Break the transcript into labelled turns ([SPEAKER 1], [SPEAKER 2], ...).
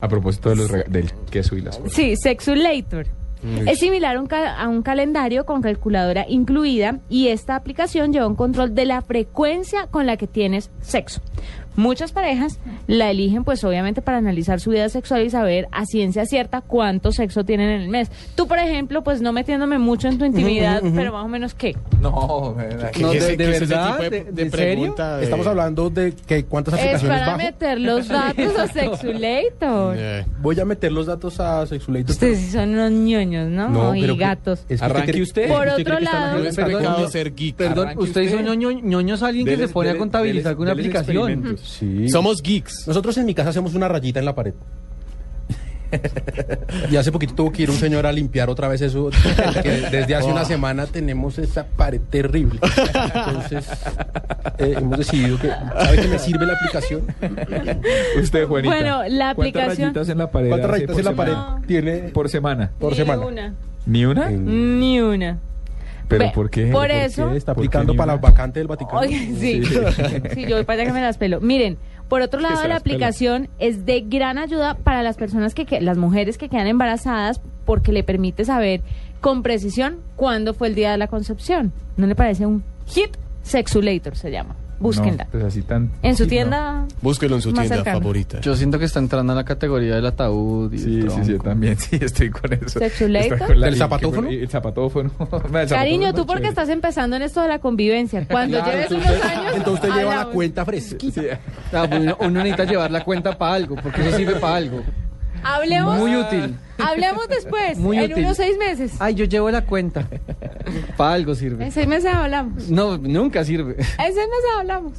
[SPEAKER 1] A propósito de los rega- del queso y las
[SPEAKER 2] Sí, Sexulator. Es similar a un, ca- a un calendario con calculadora incluida y esta aplicación lleva un control de la frecuencia con la que tienes sexo. Muchas parejas la eligen pues obviamente para analizar su vida sexual y saber a ciencia cierta cuánto sexo tienen en el mes. Tú, por ejemplo, pues no metiéndome mucho en tu intimidad, pero más o menos qué.
[SPEAKER 3] No, ¿verdad?
[SPEAKER 4] No,
[SPEAKER 3] ¿Qué- qué-
[SPEAKER 4] de, de
[SPEAKER 3] qué es ese
[SPEAKER 4] verdad,
[SPEAKER 3] tipo de-
[SPEAKER 4] de,
[SPEAKER 3] de
[SPEAKER 4] ¿en
[SPEAKER 3] pregunta
[SPEAKER 4] serio?
[SPEAKER 3] de-
[SPEAKER 4] Estamos hablando de que cuántas
[SPEAKER 2] Es
[SPEAKER 4] aplicaciones
[SPEAKER 2] para
[SPEAKER 4] bajo.
[SPEAKER 2] meter los datos a Sexulator.
[SPEAKER 3] Eh,
[SPEAKER 4] Voy a meter los datos a Sexulator.
[SPEAKER 2] Ustedes sí son unos ñoños, ¿no? y
[SPEAKER 4] pero que-
[SPEAKER 2] gatos.
[SPEAKER 4] es que
[SPEAKER 3] Arranque
[SPEAKER 4] cree-
[SPEAKER 3] usted.
[SPEAKER 2] Por
[SPEAKER 4] cree
[SPEAKER 2] otro
[SPEAKER 4] que está la
[SPEAKER 2] lado-
[SPEAKER 4] gente-
[SPEAKER 3] es
[SPEAKER 4] perdón,
[SPEAKER 3] pecado
[SPEAKER 4] no.
[SPEAKER 3] ser geek.
[SPEAKER 5] Perdón,
[SPEAKER 3] Arranque
[SPEAKER 5] ustedes son
[SPEAKER 3] usted.
[SPEAKER 5] ñoño- ñoños a alguien que
[SPEAKER 1] Deles-
[SPEAKER 5] se pone a
[SPEAKER 1] deles-
[SPEAKER 5] contabilizar con una
[SPEAKER 1] deles
[SPEAKER 5] aplicación.
[SPEAKER 1] experimentos.
[SPEAKER 4] Sí.
[SPEAKER 3] Somos geeks.
[SPEAKER 4] Nosotros en mi casa hacemos una rayita en la pared. y hace poquito tuvo que ir un señor a limpiar otra vez eso. porque desde hace
[SPEAKER 1] Oh.
[SPEAKER 4] una semana tenemos esa pared terrible. Entonces, eh, hemos decidido que. ¿Sabe que me sirve la aplicación?
[SPEAKER 1] Usted, Juanita.
[SPEAKER 2] Bueno, la
[SPEAKER 1] ¿Cuántas
[SPEAKER 2] aplicación-
[SPEAKER 1] rayitas en la pared?
[SPEAKER 4] ¿Cuántas
[SPEAKER 1] hace
[SPEAKER 4] rayitas
[SPEAKER 1] por
[SPEAKER 4] en la pared
[SPEAKER 1] semana?
[SPEAKER 2] Ah.
[SPEAKER 4] tiene?
[SPEAKER 1] Por semana.
[SPEAKER 4] por
[SPEAKER 2] Ni
[SPEAKER 4] semana.
[SPEAKER 2] una.
[SPEAKER 1] ¿Ni una?
[SPEAKER 2] Ni una.
[SPEAKER 1] ¿Pero
[SPEAKER 2] Ve,
[SPEAKER 1] por qué?
[SPEAKER 2] por
[SPEAKER 1] qué?
[SPEAKER 2] eso-
[SPEAKER 4] Está
[SPEAKER 1] ¿Por qué
[SPEAKER 4] aplicando
[SPEAKER 1] ni
[SPEAKER 4] para la
[SPEAKER 1] una?
[SPEAKER 4] vacante del Vaticano.
[SPEAKER 2] Oye, sí.
[SPEAKER 1] Sí.
[SPEAKER 2] Sí, yo voy para allá que me las pelo. Miren, por otro lado,
[SPEAKER 1] se
[SPEAKER 2] la
[SPEAKER 1] las pela.
[SPEAKER 2] aplicación es de gran ayuda para las personas que, que- las mujeres que quedan embarazadas porque le permite saber con precisión cuándo fue el día de la concepción. ¿No le parece un hit? Sexulator se llama. Búsquenla.
[SPEAKER 1] No, pues así tan-
[SPEAKER 2] en su
[SPEAKER 1] sí, no.
[SPEAKER 2] tienda.
[SPEAKER 3] Búsquelo en su
[SPEAKER 2] Más
[SPEAKER 3] tienda
[SPEAKER 2] cercano.
[SPEAKER 3] favorita.
[SPEAKER 5] Yo siento que está entrando a la categoría del ataúd. Y
[SPEAKER 1] Sí,
[SPEAKER 5] del
[SPEAKER 1] sí, sí, yo
[SPEAKER 5] tronco.
[SPEAKER 1] también, sí, estoy con eso.
[SPEAKER 2] ¿Sexulator?
[SPEAKER 1] Estoy con la-
[SPEAKER 4] ¿El
[SPEAKER 1] y-
[SPEAKER 4] zapatófono?
[SPEAKER 1] y El zapatófono. El zapatófono
[SPEAKER 2] Cariño,
[SPEAKER 1] es
[SPEAKER 2] tú
[SPEAKER 1] más
[SPEAKER 2] porque
[SPEAKER 1] chévere.
[SPEAKER 2] estás empezando en esto de la convivencia. Cuando
[SPEAKER 4] Claro,
[SPEAKER 2] lleves
[SPEAKER 4] entonces
[SPEAKER 2] unos
[SPEAKER 4] usted-
[SPEAKER 2] años.
[SPEAKER 4] Entonces usted lleva la
[SPEAKER 2] hablamos.
[SPEAKER 4] cuenta fresquita.
[SPEAKER 5] Ah, pues uno, uno necesita llevar la cuenta para algo, porque eso sirve para algo.
[SPEAKER 2] Hablemos.
[SPEAKER 5] Muy útil.
[SPEAKER 2] Hablemos después.
[SPEAKER 5] Muy
[SPEAKER 2] en
[SPEAKER 5] útil. Ah.
[SPEAKER 2] unos seis meses.
[SPEAKER 5] Ay, yo llevo la cuenta. Para algo
[SPEAKER 2] En
[SPEAKER 5] sirve.
[SPEAKER 2] seis meses hablamos.
[SPEAKER 5] No, nunca sirve.
[SPEAKER 2] En seis meses hablamos.